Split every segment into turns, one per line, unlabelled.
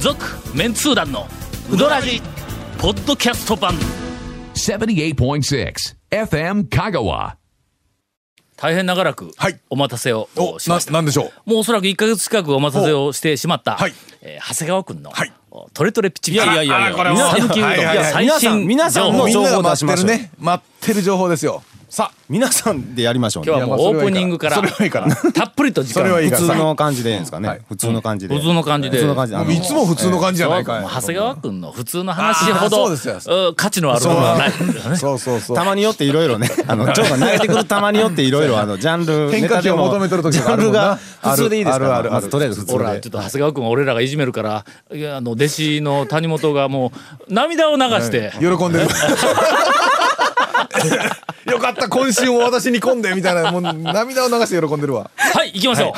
続メンツー団のウドラジポッドキャスト版
78.6 FM Kagawa.
大変長らく
はい
お待たせを
お
しました、
ななんでしょう
もうおそらく1か月近くお待たせをしてしまった、
はい
えー長谷川君の、
はい
おトレトレピチ
い
ピチ
やいやいやいや、
これは讃岐うどん
はいはいはい
最
皆さ
新
ん皆さん
情報
の
みん
情
な
報
が
を出し
待っ
ま
て
しょ
る
う。
ね待ってる情報ですよ
さあ、皆さんでやりましょうね。
今日はもう
いや
オ
まあ
ープニングから
それはいいからそ
たっぷりと時間
それはいい
普
から
通の感じでいいんですかね。
はい
普通の感じで。
普通の感じで
普通の感じで。あの
いつも普通の感じじゃないかい
長谷川君の普通の話ほど
あーそうですよ
うん価値のあるものはない
そうそうそう
たまによっていろいろね、あの、蝶が投げてくるたまによっていろいろ、あの、ジャンル、
変
ネ
化
タ
球
で
を
も
求めてる時
ジ
が
ャ
あ
ン
るも
ル
んな
が普通でいいですか
あ
ら。
るあるある
まずとりあえず普通
ほらちょ
で
っ。と長谷川君俺らがいじめるからいやあの弟子の谷本がもう涙を流して
喜んでる よかった今週も私に込んでみたいなもう涙を流して喜んでるわ
はい行きましょう、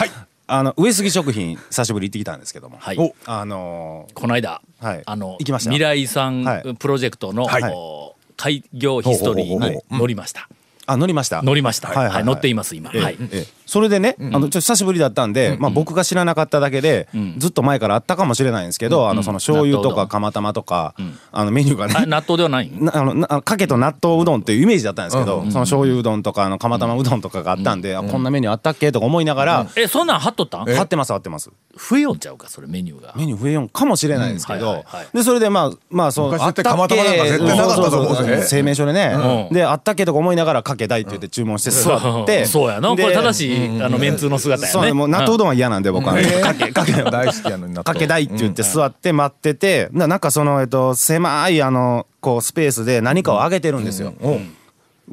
あの、上杉食品、久しぶり行ってきたんですけども。
はい
おあのー、
この間、
はい
あの
行きました
未来産
はい
プロジェクトの、
はい
お開業ヒストリー
ほうほうほう
に
ほ
乗りました、
あ、乗りました。
乗りました、
は
はいい
はいはい
乗っています今、はい、
ええそれでね、あのちょっと久しぶりだったんで、まあ、僕が知らなかっただけで、ずっと前からあったかもしれないんですけど、あのその醤油と
納豆うど
か
ん
釜玉とか、あのメニューが
あ
ね
納豆ではない
なあのなあのかけと納豆うどんっていうイメージだったんですけど、その醤油うどんとかあの釜玉うどんとかがあったんで、あこんなメニューあったっけとか思いながら、
えそんなん貼っとったん
貼
貼っ
ってます貼ってます
増えよんちゃうかそれメニューが
メニュー増えよんかもしれないんですけ
うんはいは
ど
いはい
でそれでまあまあそう
昔
あ
だ
っ
って
たっけ
釜玉なんか絶対なかったと思うぜ
そそそ声明書でね
うん
であったっけとか思いながらかけたいって言って注文して座って
そうやなこ
で
れ正しい、あのメンツーの姿や
そう
ね
ねもう納豆うどんは嫌なんで僕はかけかけ
大好きやのにな
かけたいって言って座って待っててななんかそのえっと狭いあのこうスペースで何かをあげてるんですよ。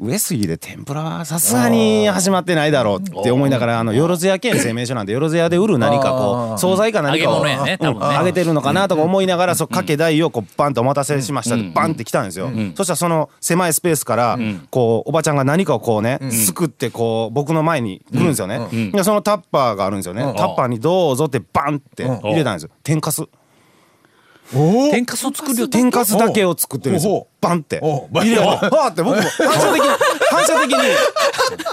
上杉で天ぷらはさすがに始まってないだろうって思いながらあのよろずや県生命書なんでよろずやで売る何かこう惣菜か何か
揚
を
げ物やね
うん
多分ね
あげてるのかなとか思いながらそうかけ台をこうバンとお待たせしましたってバンって来たんですよそしたらその狭いスペースからこうおばちゃんが何かをこうねすくってこう僕の前に来るんですよねでそのタッパーがあるんですよねタッパーにどうぞってバンって入れたんですよ天かす
おお
天かすを作るよ
天かすだけを作ってるんです
お
よ
う
バンって
おうバン
入れようわーって僕も反射的に反射的に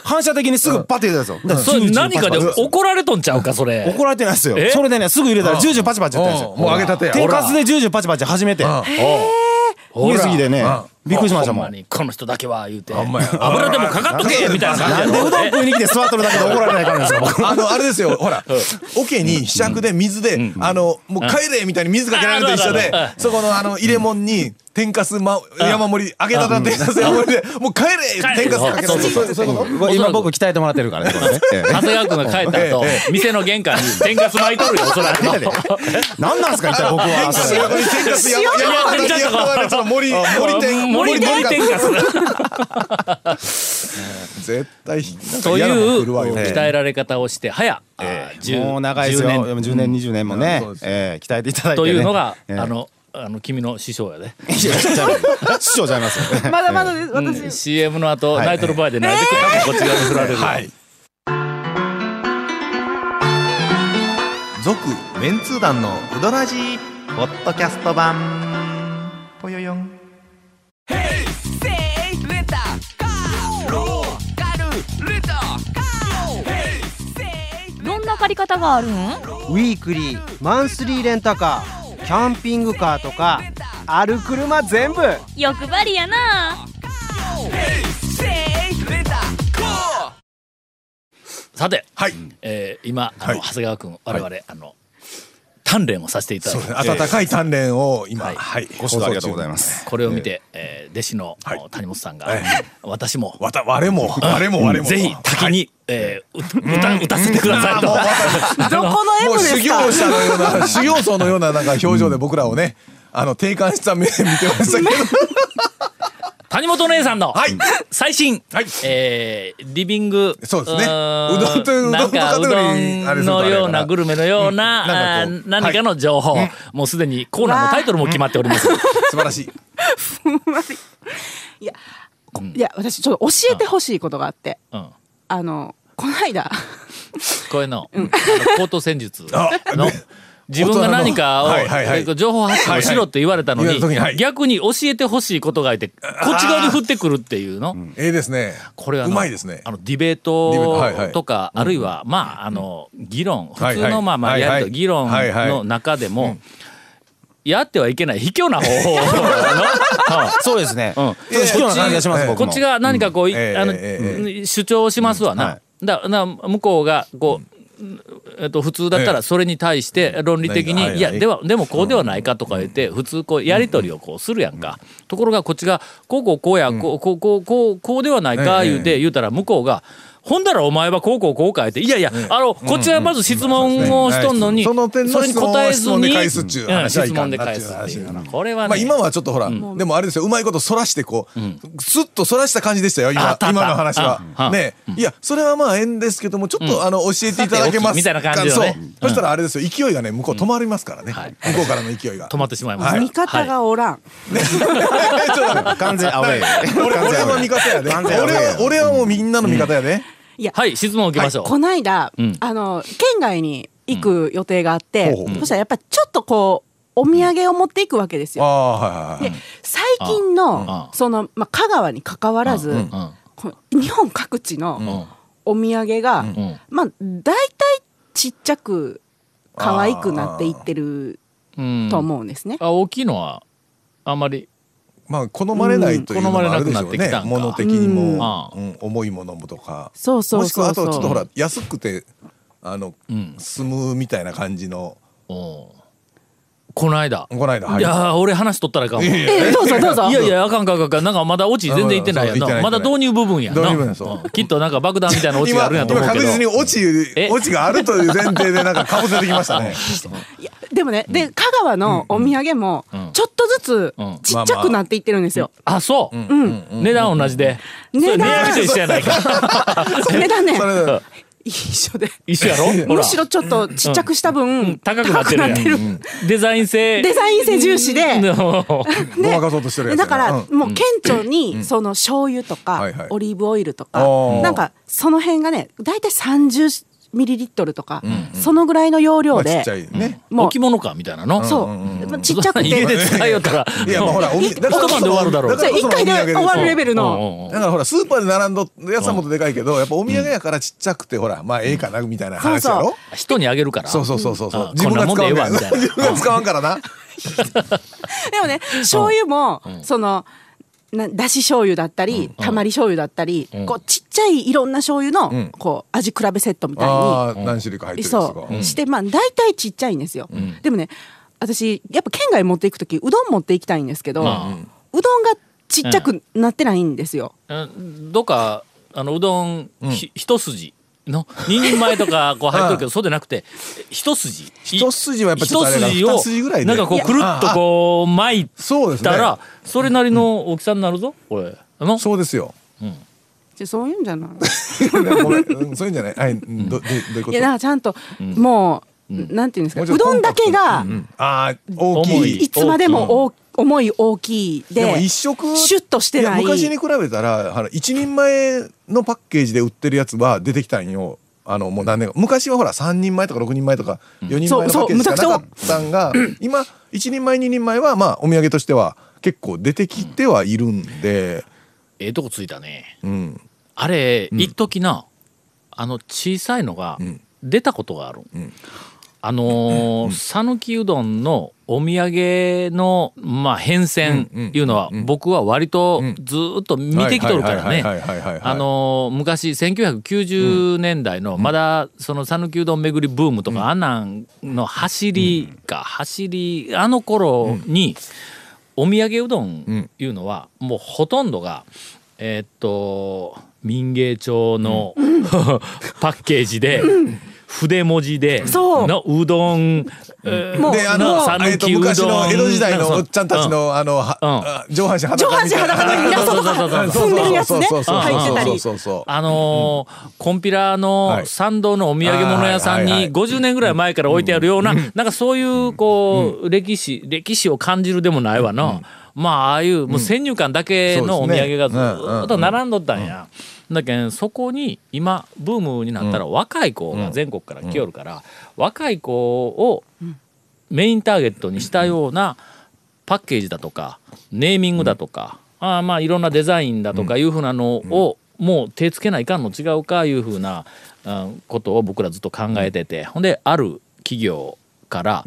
反射的にすぐバッて入れたんですよだ
そ
ら
れ
ジュージュ
何か
ー
で
パチパチ
怒られとんちゃうかそれ
怒られてないですよ
え
それでねすぐ入れたらジュージューパチパチやったんです
もう
よ
揚げたてや
天
ほら
かすでジュージューパチパチ初めて
ほ
入
ら
すぎでねびっくりしましたも
ほん
ん
まにこの人だけは言うて油でもかかっとけみたいな
な
感
ん
じ
で
やろ
うどん食いに来て座っとるだけで怒られないからなんですか僕
あのあれですよほら桶にひしゃくで水であのもう帰れみたいに水かけられると一緒で
うん
そこのあの入れ物に天かすま山盛り揚げたた天かす山盛りでもう帰れ
帰れ
天かすかけた
そうそう
そうそういうこと
今僕鍛えてもらってるからねこれねええ
長谷川君が帰った後、店の玄関に天かす巻いとるよ、そら。
何やで何なんですか一体 僕はそれ
天かす山盛り山盛りその森森 天
森天天かす。
絶対ひ
とい
嫌なもん来
う
るわよ
鍛えられ方をして、早、あー10
もう長いですよ
10年
10年20年もね
うんそうです
ええ鍛えていただいて
と
ね
いうのが、
ええ
あの、あの君の師匠やで、
いやちゃう師匠ちゃいますよね
まだまだです、私。
CM の後、
はい
ナイトルバーで泣いてくる、多分こっち側に振られる、
はい
続メンツー団のウドラジーポッドキャスト版ぽよよん
どんな借り方があるん
ウィークリーマンスリーレンタカーキャンピングカーとかある車全部
欲張りやな
さて、
はい
えー今、あの
はい
長谷川君、我々、あの、鍛錬をさせていただいて、
温かい鍛錬を今
はい
はい
ご指導ありがとうございます
これを見て、えー弟子の、
はい
谷本さんが、
え
私も、
わた我も我も我も
ぜひ滝に、えーう歌歌せてくださいと。
どこの
も
M
う
です
修行
か
者のような修行僧のようななんか表情で僕らをね、あの定冠した目で見てましたけど、
谷本姉さんの、
はい
最新、
はい
えーリビング
そうですね
ーん
うどんという
なんか
う
う
どん
ど
のカテゴリーにあれ
ん
するとあ
の
れやから
ようなグルメのよう
うんな
な,、
んかこう
あー何かの情報、もうすでにコーナーのタイトルも決まっております、
素晴らしい。
いや、私ちょっと教えてほしいことがあって。
うん、
あの、この間、
こういうの,、あの高等戦術
あ
の
ね
自分が何かを、
はいはいはい
えー情報発信をしろって言われたのに,、
はいはい言われた時にはい
逆に教えてほしいことがいてこっち側に降ってくるっていうの、
ええですね。
これは
うまいですね
あ。のディベー
ディベートはいは
ト
い
とか、あるいは、まあ、あの、議論、普
はい
通の、まあまあ、
はい
や
はい
りと議論
はいはい
の中でも、やってはいけない卑怯な方 法の
そうですね。
うん
ちょっと卑怯な感じがしま
え
す、
え
僕
こ
も。
っちが何かこう、い
うんええ
あの、
ええ
主張をしますわな。
は
だな向こうがこう、えっと、普通だった
え
ら
え
それに対して論理的に、
何がはい
いや
はい
ではでもこうではないかとか言って普通こうやり取りをこうするやんか、ところがこっちがこうこうこうや、こうこうこうこうこうではないか
ええ
言うて、言うたら向こうが「ほんだらお前はこうこうこうか」って「いやいや、あのこっちがまず質問をしとんのに、
その点の
それに答えず
質問で
に
返すっちゅう
うん
話はい
質
か
問
ん
で
なっ
返
ちゅう
すっ
話
ていう
やな
これはね、
まあ今はちょっとほら、でもあれですようまいことそらしてこう、スッとそらした感じでしたよ
ああ
今
ったあった
今の話は
うんうん
ねえ、いやそれはまあ縁ですけどもちょっと、あの教えていただけ
さてお
ますか
きみたいな感じのね
そう
うん
そしたらあれですよ勢いがね向こう止まりますからね、
はい
向こうからの勢いが
止まってしまいます、
はい
味方がおらん。
完全アウェイ。
俺俺の味方やで俺
完全アウェイ
は俺はもうみんなの味方やで、
いや、
はい、質問を受けましょう。
こないだ
ん、
あの、県外に行く予定があって
ほうほ、
そしたらやっぱりちょっとこう、お土産を持っていくわけです
あ
よ。
あはいはい
で
はい、
最近
あ
の
あ、
その、まあ、香川に関わらず、この日本各地のお土産が、
ん
まあ、大体ちっちゃく、可愛くなっていってる
うん
と思うんですね。
あ大きいのはあんまり
まあ好まれないというのもあるでしょう
好まれなくなって
ね
きたんか
物的にも、
う
うん重いものもとか
そうそうそ
も
うそう
しくはあとちょっとほら安くてあの、
ん
住むみたいな感じの
おーこの間、
この間入
い、やー俺話しとったらあかんわい
え、どうぞどうぞ。
や いやあかんあかんあかんなんかまだオチ全然いってないやん
うんそう
なまだ導入部分やん
導入部分やそう
なうんきっとなんか爆弾みたいなオチがあるんやと思うけど
今今確実にオチ
え
オチがあるという前提でなんかかぶせてきま したね
いやでもね、で、香川のお土産も
うん、
ちょっとずつ
うん、
ちっちゃくなっていってるんですよ。
あそう、値段同じで、
値
それ
段
値上げと一緒やない か
値段ね
そ、れ
一緒で。
一緒やろほ
む
ら
しろちょっとちっちゃくした分、
高くなってるやん
高くなってる
デザイン性
デザイン性重視で
ごまかそうとしてるやつや
だか
な
ら、
うん
もう顕著に、その醤油とか、
はいはい
オリーブオイルとか
あー、
なんか、その辺がね、だいたい30ミリリットルとか、そのぐらいの容
ま
量
あちっ
で
ち、ゃいね、
もう
置、物かみたいなの
そう、まあちっちゃくて、
家で
じ
使いよったら
いやまあほらおみだから
一晩で終わるだろう
だか
ゃ
ら
あ
こ
一
その
回で
お土産で
終
す
わるレベル
うんうん
の、
うん
だからほらスーパーで並んどやつはもっとでかいけどやっぱお土産やからちっちゃくてほらまあええかなみたいな話やろ
人にあげるから
そうそうそうそうそう
あ
自分が使わんか
こ
ら
んなもんでええわみたいな
自分が使わんからな
でもね、醤油も、その、なだし醤油だったり、たまり醤油だったり、こうちっちゃいいろんな醤油の、
ん
こう味比べセットみたいに
ああ何種類か入ってるやつが
そう、してまあ大体ちっちゃいんですよ、でもね私やっぱ県外持っていく時うどん持っていきたいんですけど、うどんがちっちゃくなってないんですよ、
うんどっかあのうどん、ひ一筋の二人前とかこう入っとるけどそうでなくて一筋い
一筋はやっぱちょっとあれが
一
二筋
筋
ぐ
を
らいで
なんかこうくるっとこう巻い
そうですね
たらそれなりの大きさになるぞこれの
そうですよ
じゃそういうんじゃない
ごめんうんそういうんじゃないはいうんどどどういうこと
いやなんかちゃんと、もう、なんていうんですか
もう
う
ちょっと
どんだけが、
ああ大き
重
い
い
いつまでも大重い大きいで
でも一食
シュッとしてな
や
い
昔に比べたらあの一人前のパッケージで売ってるやつは出てきたんよあのもう何年か昔はほら3人前とか6人前とか4人前のパッケージしかなかったんが今1人前2人前はまあお土産としては結構出てきてはいるんで、
ええとこついたね
うん、
あれ一時なあの小さいのが
ん
出たことがある
ん
あのー讃岐うどんのお土産のまあ変遷いうのは僕は割とずーっと見てきとるからね
はいはいはいはいはいはい
あのー昔1990年代のまだその讃岐うどん巡りブームとか、あんなんの走りか走りあの頃にお土産うどんいうのはもうほとんどがえーっと民芸町の、 パッケージで。筆文字で
そう
のうどん、えー
もう
であ
な
の
讃
えっと
岐うどん
昔の江戸時代のおっちゃんたち
うん
のあのは
うん
あ上半身
上
裸
半
みた
身
いな
裸のイラストと
そうそう
か
そうそう
踏んでるやつね
そうそうそう
入ってた
そう
り
そうそう
あのーコンピラ
は
の
い
参道のお土産物屋さん
あーはいはい
に50年ぐらい前から置いてあるような、なんかそういうこう、歴史、歴史を感じるでもないわな。まあ、ああいう、もう先入観だけのお
そう
土
ですね
産がずーっと並んどったんや。だけん、そこに今、ブームになったら若い子が全国から来よるから、若い子をメインターゲットにしたようなパッケージだとかネーミングだとか、あーまあいろんなデザインだとかいうふうなのを、もう手つけないかんの違うかいうふうな、うんことを僕らずっと考えてて、ほんである企業から、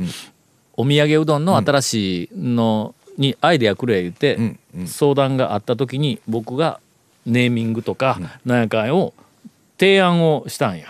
お土産うどんの新しいのにアイデアくれ言って、
んう
相談があった時に僕がネーミングとかなんやかんやを提案をしたんや。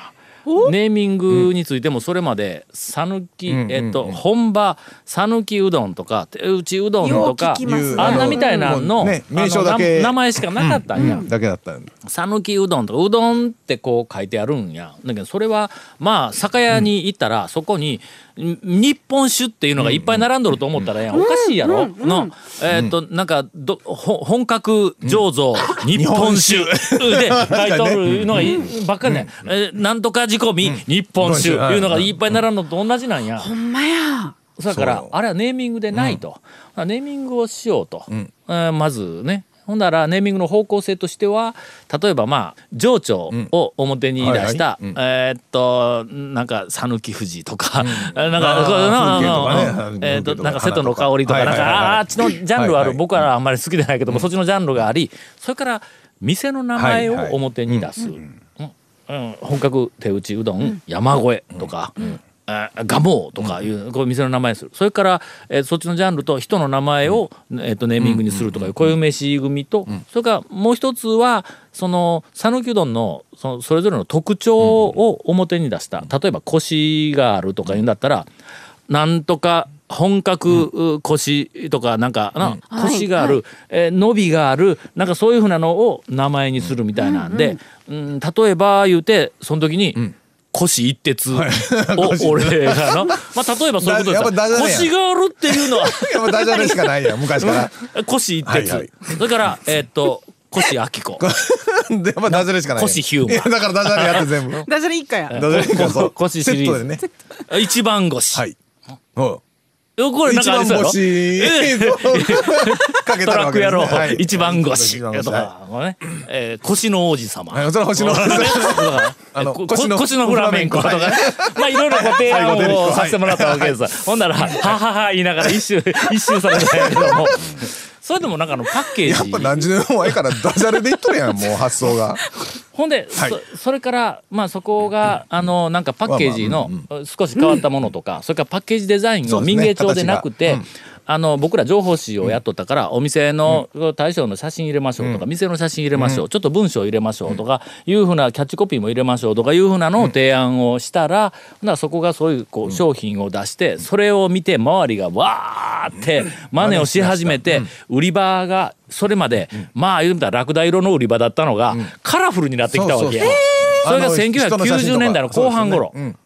ネーミングについてもそれまで「さぬき」えっと本場「さぬきうどん」とか「手打ちうどん」とか
よう聞きますね
あんなみたいなの
もうね
あの
名称だけ
な名前しかなかったんや。
だけだったんで
讃岐うどんとかうどんってこう書いてあるんやだけどそれはまあ酒屋に行ったら、そこにん日本酒っていうのがいっぱい並んどると思ったらやん、おかしいやろ、のえーっとなんかどほ本格醸造、日本酒で書いてあるのがいばっかりね、えーなんとか仕込み、日本酒いうのがいっぱい並んどるのと同じなんや。
ほんまや
それか
そう
ら
よ
あれはネーミングでないと、まあネーミングをしようと、えーまずねほんならネーミングの方向性としては例えばまあ情緒を表に出した、えーっとなんか讃岐富士とか、 なんかそう
風景とかね
なんかうんえーっと
風景とか
なんか瀬戸の香りとか
はい
なん
はいはいはい
かあーあっちのジャンルはあ
はい
る
はい
僕らはあんまり好きじゃないけども、そっちのジャンルがありそれから店の名前を表に出す。うん、本格手打ちうどん、山越えとか、あガモーとかいうこういう店の名前にするそれから、えーそっちのジャンルと人の名前を、えー、とネーミングにするとかいうこういう飯組と、それからもう一つはその讃岐うどんのそのそれぞれの特徴を表に出した、例えばコシがあるとかいうんだったら、なんとか本格うコシとかなんかな、コシがある、えー伸びがあるなんかそういうふうなのを名前にするみたいなんで、うん例えば言うてその時に、腰一徹を俺がな、まあ、例えばそういうことです
やっぱ大事だね
腰があるっていうのは
す。やっぱダジャレしかないやん昔 から。
腰一徹、
はいはい
それからえーっと腰明 子
でやっぱダジャレしかないやん。
腰ヒューマン
いやだからダジャレやって全部。ダ
ダジャレ一家や
ジャレこそ
腰シリーズ
セットでね。
一番腰、
はい。うん
これなん
一
かあ
番
りそうやろ
星 かけ
ト
た
ラッ
わ
ク
け
野
ですね
郎、
はい
一番腰
一番
と
腰は
か、ねえー腰の王子様、
いはいそれは 星の
あ
あ
の
の
腰
腰
の
の
腰のフラメンコとかね、
はい
まあいろいろご提案
最後出てき
を
た
させてもらったわけです、ほんなら「ははは」言いながら一周一周されたんやけども それでもなんかあのパッケ
や
ー
っ
ジ
ぱ何十年も前からダジャレで言っとるやんもう発想が。
ほんで、
はい
そそれからまあそこがあのなんかパッケージの少し変わったものとか、それからパッケージデザイン
そ
を
うです
民
ね
芸町でなくて、あの僕ら情報誌をやっとったから、お店の大将の写真入れましょうとか、店の写真入れましょう、ちょっと文章入れましょうとか、いうふうなキャッチコピーも入れましょうとかいうふうなのを提案をしたら,、なそこがそういうこう商品を出して、それを見て周りがわーって真似をし始めて、売り場がそれまで、まあ言うたらラクダ色の売り場だったのが、カラフルになってきたわけや。それが
あの
1990年代の後半頃、
人の写真とかそうですねうん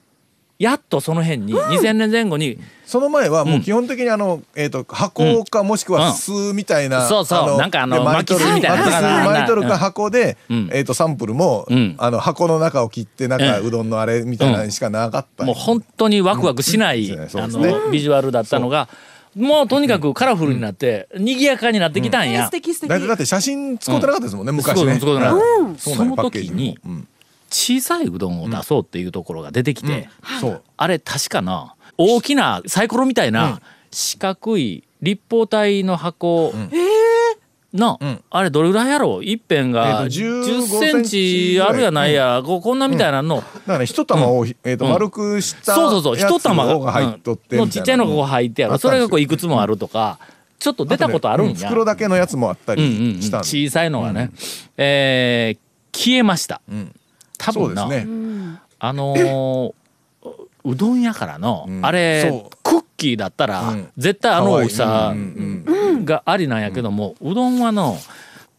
やっとその辺に、2000年前後に
その前はもう基本的にあの、えっ、と箱かもしく
うん
は巣みたいな、
そうそうなんかあの
で巻いとる
巻き巣みたいな
巻き巣
はい
巻いとるか箱で、
ん
えっ、とサンプルも、
うん
あの箱の中を切ってなんか
う
うどんのあれみたいなのしかなかった、
もう本当にワクワクしない、
うんそう
あ
ですね
のビジュアルだったのがもうとにかくカラフルになって、賑やかになってきたんや
素、敵素敵
だってだって写真使ってなかったですもんね、昔ね
使うてなかった
うんう
そ
なん
の
よパッケー
時
ジ
に
もうん
小さいうどんを出そうっていうところが出てきて、
そう
あれ確かな大きなサイコロみたいな四角い立方体の箱、の、
ん
あれどれぐらいやろう一辺が
えーと15
10センチあるやないや、こうこんなみたいなの、
だから一玉を、えっ、と
うん
丸くした
そうそうそう
や
一
つの
玉が
方が入っとってみたいな、
うんのちっちゃいのがこう入ってや
あ
ろ
った
そ
んで
れ
すよ
がこういくつもあるとかちょっと出たことあるんや、
とねう袋だけのやつもあった
うんうん
りしたんで、
小さいのがね、えー消えました、
ん
多
そう
分
で
な
すね、
あのーうどんやからの、
ん
あれ
そ
クッキーだったら、
うん
絶対あの大きさ
可愛いうん
がありなんやけども、うどんはの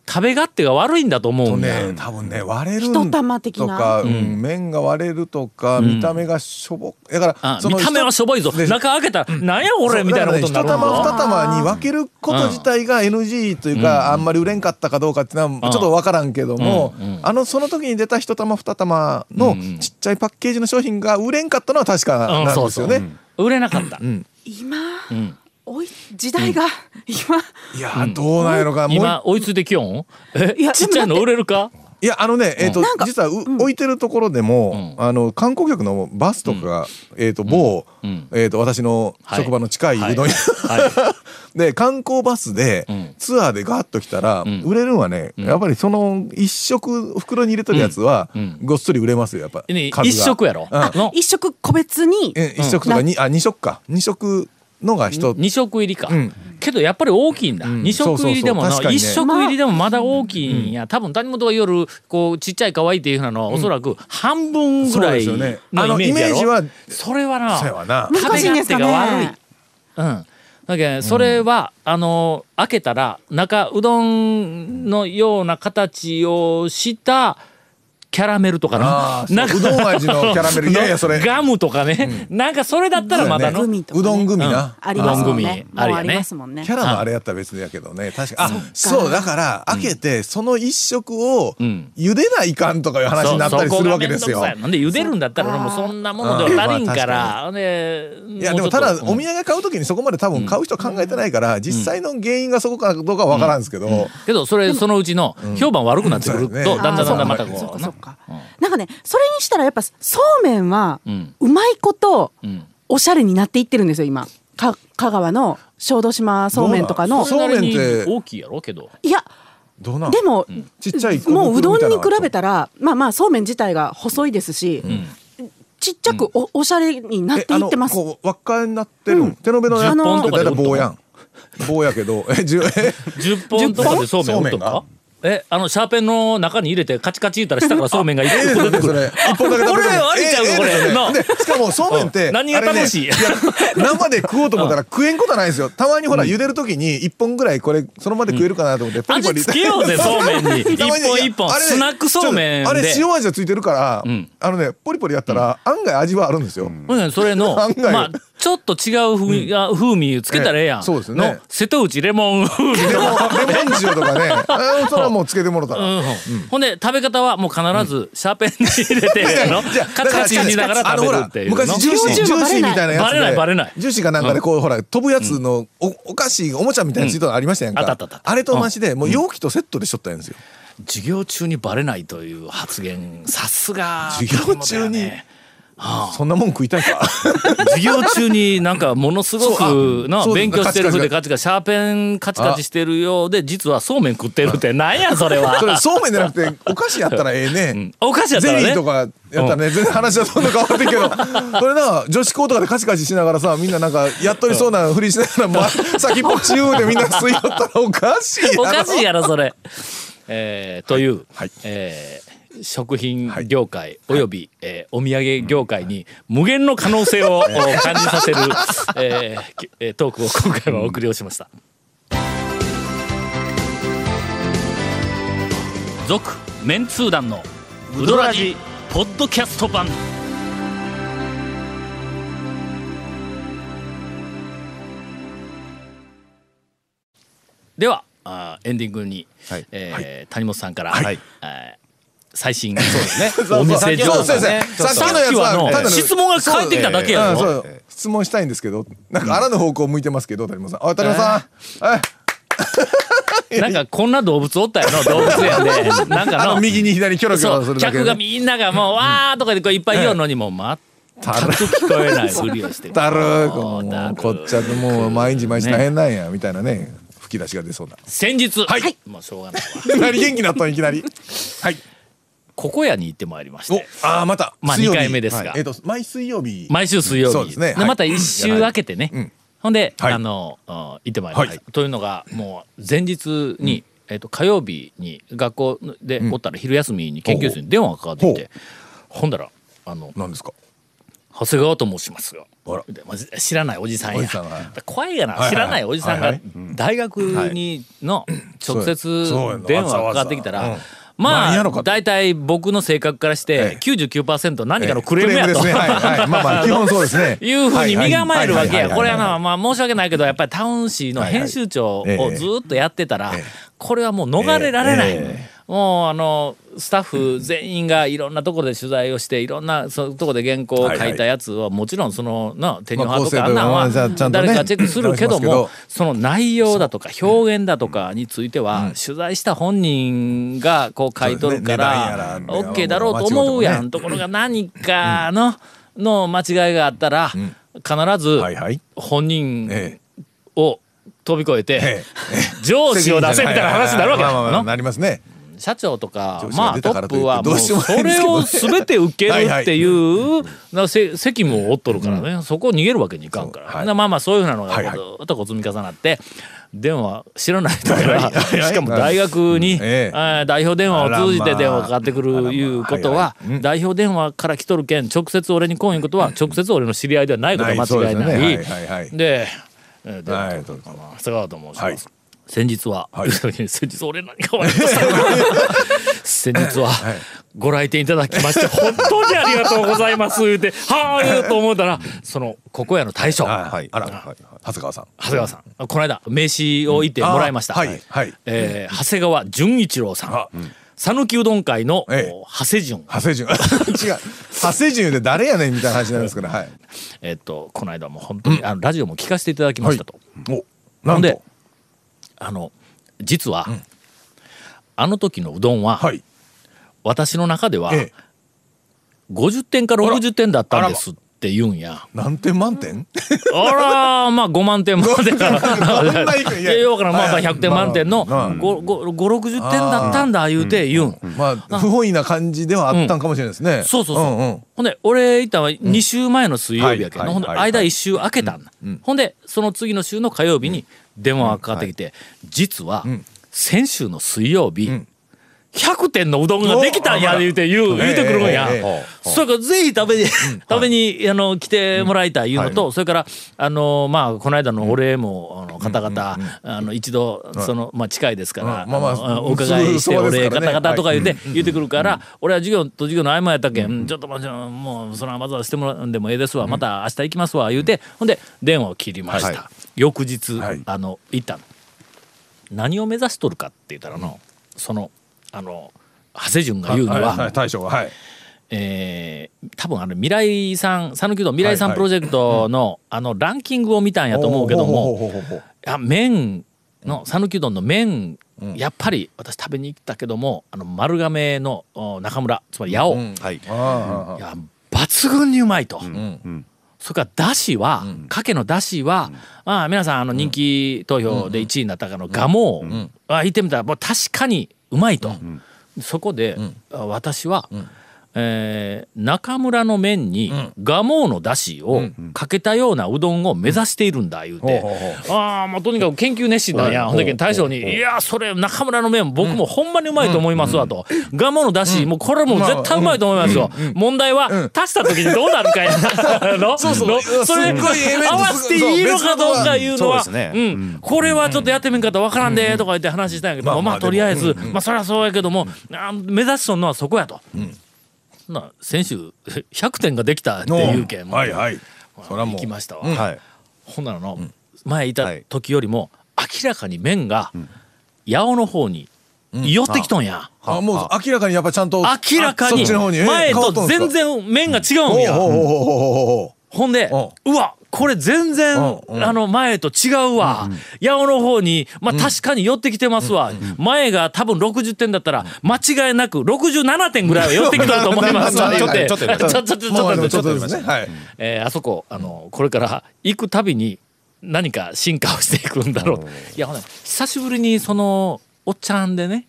食べ勝手が悪いんだと思
と
うんだよ、
ね多分ね割れる
一玉的な
とか、うん
うん
麺が割れるとか、見た目がしょぼだから
あ見た目はしょぼいぞ
で
中開けたら「なんや
そう
俺」みたいなことにな
だ
る
からね
ぞ
一玉二玉に分けること自体が NG というか、あんまり売れんかったかどうかっていうのはちょっと分からんけども、
うんうん
あのその時に出た一玉二玉
う
の
ん
ちっちゃいパッケージの商品が売れんかったのは確か
うん
なん
そう
です
そ
よ
う
ね。
売れなかった、
今、
ん
おい時代が、今
いやーどうなんやろか、もう
今追いついてきよんえ
いや
ちっちゃいの
でも
売
だって
れるか
いやあのね、えっと
なんか
実はう置いてるところでも、あの観光客のバスとかが、えっと某、
うん
えっと私の
はい
職場の近いうどん屋、
はい は
で観光バスで、
ん
ツアーでガーッと来たら、
ん
売れるんはね、やっぱりその一食袋に入れとるやつは、
ん
ごっそり売れますよやっぱ
いね
数が
一食やろ
うん
の
一食個別に
え一食とかに、あ二食か二食のが一つ
2食入りか、
うん
けどやっぱり大きいんだ、
ん
二2食入りでもな、
そうそうそう確かに
1
ね
食入りでもまだ大きいんや、多分谷本が夜こうちっちゃい可愛いっていうふうなのはおそらく半分ぐらい
そう
のイ
ですよ
メ
ねあの
ージやろ
イメージは
それはな
そうやわな
難しいんです
食べ勝
かね
手が悪いうんだけどそれは、あの開けたら中うどんのような形をしたキャラメルとかな
あー
なんか
そううどん味のキャラメルいやいやそれ
ガムとかね、なんかそれだったらまだの、
グミとかね
うどん組な、
ありますもんね。
番組ある
もう
よね
ありますもんね
キ。ャラのあれやったら別だけどね確かにあそうだから開けてその一食を
うん
茹でないかんとかいう話になったりするわけです
そう
よ、
そこが面倒くさいなんで茹でるんだったら俺もそんなものでは足りんから。ね
いやでもただお土
産
産買う時にそこまで多分買う人考えてないから実際の原因がそこかどうかは分からんですけど、
けどそれそのうちの評判悪くなってくると
うん
だんだんだんだんまた
そっ
こ
か
う
そ
な
っ。か。なんかね、それにしたらやっぱそうめんは
うん
うまいこと
うん
おしゃれになっていってるんですよ今。か香川の小豆島そうめんとかの
そうめんって
それなりに大きいやろけど。
いや
どうなん
でも、
ちっちゃい小袋
もううどんに比
みたいな
べたらまあまあそうめん自体が細いですし、ちっちゃくおおしゃれになっていってます。
えあのこう輪っかになってる、手延べのや
あ
つ
の
本
だ
と
い
か
た
で売
い
っと
棒
ん
やん棒やけどえじゅえ
十本とかでそうめん売っとん
そうめん
か
が。
えあのシャーペンの中に入れてカチカチ言ったら下からそうめんが一
ええで
個
す
出て
よね
く
そ
る。
れ一本だけ食べれる
これ悪いちゃう
ええ
これ
ええですよ
な
ねでしかもそうめんっ
う
て
ん何が楽しい
あれねや生で食おうと思ったら食えんことないですよたまにほら茹でる時に一本ぐらいこれそのまで食えるかなと思ってポリポ
味
リ
付けよ うぜそうめんに一
たまにね
本
いや
一本
あれね
スナックそうめん
ちょっとあ
で
れ。塩味がついてるから
ん
あのねポリポリやったら案外味はあるんですよ
ほんならそれの
案外
まあちょっと違う風味,あ、風味つけたらええやん、
ええそうですね
の瀬戸内レモン風味
でもレモン塩とかね あそれはもうつけてもろたら
うんほんで食べ方はもう必ずシャーペンに入れてや の、
じゃあ
カチカチ言いながら食べるっていうの
あのほら昔ジューシー
幼
ジ
虫
ュ
も
ー
バ
シー
レ
み
ない
たいなや
バ
つで
レないバレない
ジューシーかなんかでこうほら飛ぶやつのおお菓子おもちゃみたいなついたのありましたやん
あったあ
か
ったあった
あれと同じでもう容器とセットでしょったんですよ
授業中にバレないという発言さすが
授業中に そんなもん食いたいか
授業中になんかものすご
そう
く
あ
な
そう
勉強してる風で
カ
カチカチシャーペンカチカチしてるようで実はそうめん食ってるってなんやそれは
それそうめんじゃなくてお菓子やったらええね、
うんお菓子やったらね
ゼリーとかやったらね、全然話はそんな変わってんけどそれな女子校とかでカチカチしながらさみんななんかやっとりそうなふりしながら、ま、 先っぽちゅうでみんな吸い寄ったらおかしいやろ
おかしいやろそれ。 えーという、えー食品業界、および、えーお土産業界に無限の可能性を、お感じさせる、 えーきえートークを今回はお送りをしました。続、メンツー団のウドラジポッドキャスト版。ではあーエンディングに、
はい
えー谷本さんから、
はい
えー最新そうですね
そう
お店情
そ
報
う先生
ね
さっ
さ
きの
っ
や
き
つ
はあ
は
の
単なる
質問が返ってきただけや
うんそ
ろ、
う質問したいんですけどなんかあらぬ方向を向いてますけど谷本さんあ谷本さん、え
なんかこんな動物おったやろ動物園 でなんか
あの
の
右に左にキョロキ
そ
ョロす
う
るだけ
客が
で
みんながもう「わー」とかでこういっぱい言うのにもう 全く聞こえないふりを して
だるー
もうだるー
こっちはもう毎日毎日大変なんやみたいなね吹き出しが出 そうだ
先日、はい、もうしょうがないわ
何元気になったのいきなりはい
ここやに行ってまいりまし
お
て
ああまた
まあ
水曜日
二回目ですが
はいえっと毎水曜日
毎週水曜日
そうですねはい
また一週明けてね、ほんで、
はい
あのうん行ってまいりました、
はい
というのがもう前日に、えっと火曜日に学校でおったら昼休みに研究室に電話がかかってきて、ほんだらあの
何ですか
長谷川と申しますが
あら
でまあ知らないおじさんや
おじさんが
怖いやな、
はいはい
知らないおじさん
は
が
い
大学にの直接
そうやな
電話がかかってきた
わざ
ら
わざうん
ま
何やろか
あ
と
大体僕の性格からし
え
て
え
99%何かの
えー
クレームや
で
と
すねはいはいま あまあ基本そうですね
いうふうに身構えるわけや。これは
な
な、まあ申し訳ないけど、やっぱりタウン市の編集長を
はいはいええ
ずっとやってたら
ええ、
これはもう逃れられな
え
い。もうあのスタッフ全員がいろんなところで取材をしていろんなそういうところで原稿を書いたやつはもちろんそのな手に
まあ
派とかあ
構成
ん
と
なん
まあじゃあちゃ
は
んとね
誰かチェックするけど
出し
も
ます
その内容だとか表現だとかについては取材した本人がこう書いとるか
そう
ら
ですね値段やら
OK だろうと思うやんところが何かのの間違いがあったら必ず
はいはい
本人
え
を飛び越え
え
て上司を出せみたいな話になるわけ
まあまあまあ
だ
なりますね
社長とか
上司が
まあ
出
ト
たか
ッ
らといって
プはも
ど
う
うしようもな
そ
いです
れを
けどね
全て受けるっていうなせ責務を負っとるからねそこ逃げるわけにいかんから、
そうはい
なまあまあそういうふうなのが
はい
こ
はいう
ずっとこう積み重なって電話知らない人から
はいは い
しかも大学に
ええ
えー代表電話を通じ
あ
て
らまあ
電話かかってくるいうことは
はいはいうん
代表電話から来とるけん直接俺に来んいうことは直接俺の知り合いではないことは
そう
間
で
違い
すね
な
はい
い
はいはい
で、えー、で、
はい
長谷川と申します。
はい
先日は、
は い
先日俺何か悪いことしたのか先日は、ご来店いただきま して本当にありがとうございます言うてはあ言うと思うたらそのここやの大将長
はいあら長谷川さん
谷川さんこの間名刺を言ってもらいました、
あーはいはい
えー長谷川純一郎さ
あ
ん讃岐うどん会の、
ええ
お長谷淳
長谷淳違う長谷淳で誰やねんみたいな話になるんですけどはい
えっとこの間も本当に、あのラジオも聞かせていただきましたと、
お
な
なんん
で
と
あの実は、あの時のうどんは、
はい
私の中では
ええ
50点か60点だったんですって言うんや。
何点満点
あらー、まあ5万点まで
そんないくい
い
や
や、ようからんまあまあ
はい
100点満点の
まあ
5、5 60点だったんだ言うて言うん。
まあ不本意な感じではあったんかもしれないですね
そうそうそう。
んん
ほんで、俺行ったのは2週前の水曜日やけど、
はいはい
ほんで、
はい
間1週空けたんだ。ほんで、その次の週の火曜日に電話がかかってきて、実は、先週の水曜日、100点のうどんができたんや
お
言うて言う、
え
言
え
うてくるんや
えええ。
それからぜひ食べに、 食べに、あの、来てもらいたいいうのと、それから、あの、まあ、この間のお礼も、あの、方々、あの、一度、その、まあ、近いですから、
うんまあまあ
のお伺いして、
すぐ
お
そばで
礼
すからね
方々とか言うて、言うてくるから、俺は授業と授業の合間やったけん、ちょっともちろん、もう、そのまずはしてもらうんでもええですわ、また明日行きますわ、言うて、ほんで、電話を切りまし
はい
た。翌日
はい、
あの、行ったの。何を目指しとるかって言ったらの、その、あの、長谷淳が言うに
はい
は
は、い大将ははい
えー多分あの未来さん讃岐うどん未来さん
はいは
プロ
い
ジェクトのあのランキングを見たんやと思うけども
ほうほうほうほうほう
いや麺の讃岐うどんの麺やっぱり私食べに行ったけどもあの丸亀のお中村つまり八尾、い
はい
あ
や抜群にうまいと。
ん
それからだしは、かけのだしは、まあ皆さんあの人気投票で1位になったかのガモを、あ言ってみたらもう確かにうまいと、そこで、あ私は、えー中村の麺にガモのだしをかけたようなうどんを目指しているんだ言うて、
ほうほうほ
ああもうとにかく研究熱心なんや、ほんでけん大将に「いやそれ中村の麺僕もほんまにうまいと思いますわ」と「ガモのだしもうこれもう絶対うまいと思いますよ問題は足した時にどうなるかやな」の
そうそう
の
うわ
それ
すっごいエレメント
合わせていいのかどうかいうのは
そうですね
うんこれはちょっとやってみんかったらわからんでとか言って話したんやけど
まあま
ま
あ
あとりあえずまあそりゃそうやけどもあー目指しとんのはそこやと。な先週100点ができたっていうけん
はいはいそれはもう
行きましたわ。
はい
ほんならの、前いた
はい
時よりも明らかに麺が八尾の方に寄ってきとんや、
あもう明らかにやっぱちゃんと
明らか
そ
に
っちの方にえー
前
変わっ
と
んですか
全然麺が違うんや、
おうおうおうおうおうおう
ほんで、うわこれ全然、
うんうん
あの前と違うわ、八尾の方にまあ確かに寄ってきてますわ、前が多分60点だったら間違いなく67点ぐらいは寄ってきたと思いますわ
ちょっと
言うて
ちょっとちょっと
ちょっとちょっとちょっ
もうあ
と
の
ち
ち
ょっと
ょっとですねはい
えーあそこあのこれから行くたびに何か進化をしていくんだろういやほんで久しぶりにそのおっちゃんでね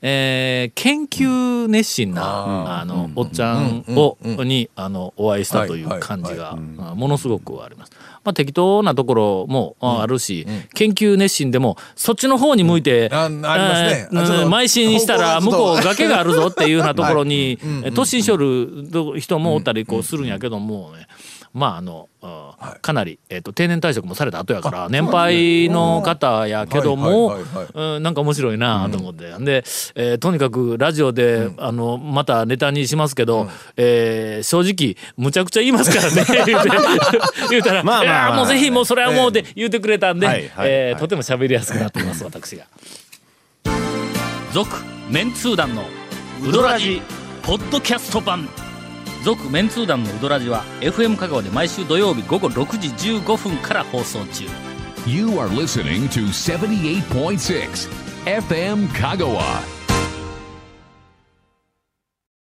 えー研究熱心な、あの、おっちゃんを、にあのお会いしたとい
は
う
いはい
感じが、あものすごくあります。まあ、適当なところも、ああるし、研究熱心でもそっちの方に向いて、
あありますね
えー
あちょっと
うん邁進したら向
方向
こ
がちょ
う
っと
崖があるぞっていうようなところにえ突進しょる人もおったりこうするんやけどもねまああのあかなりえーと定年退職もされた後やから年配の方やけども
はいはいはい
うんなんか面白いなと思ってでえーとにかくラジオであのまたネタにしますけどえー正直むちゃくちゃ言いますからね言うて言うたら「
まあまあ
いやーもうぜひもうそれはもう」で言うてくれたんで
はいはい
えー
はい
とても喋りやすくなっています私が。続メンツー団のウドラジポッドキャスト版続メンツー団のウドラジは FM 香川で毎週土曜日午後6時15分から放送中
You are listening to 78.6 FM Kagawa.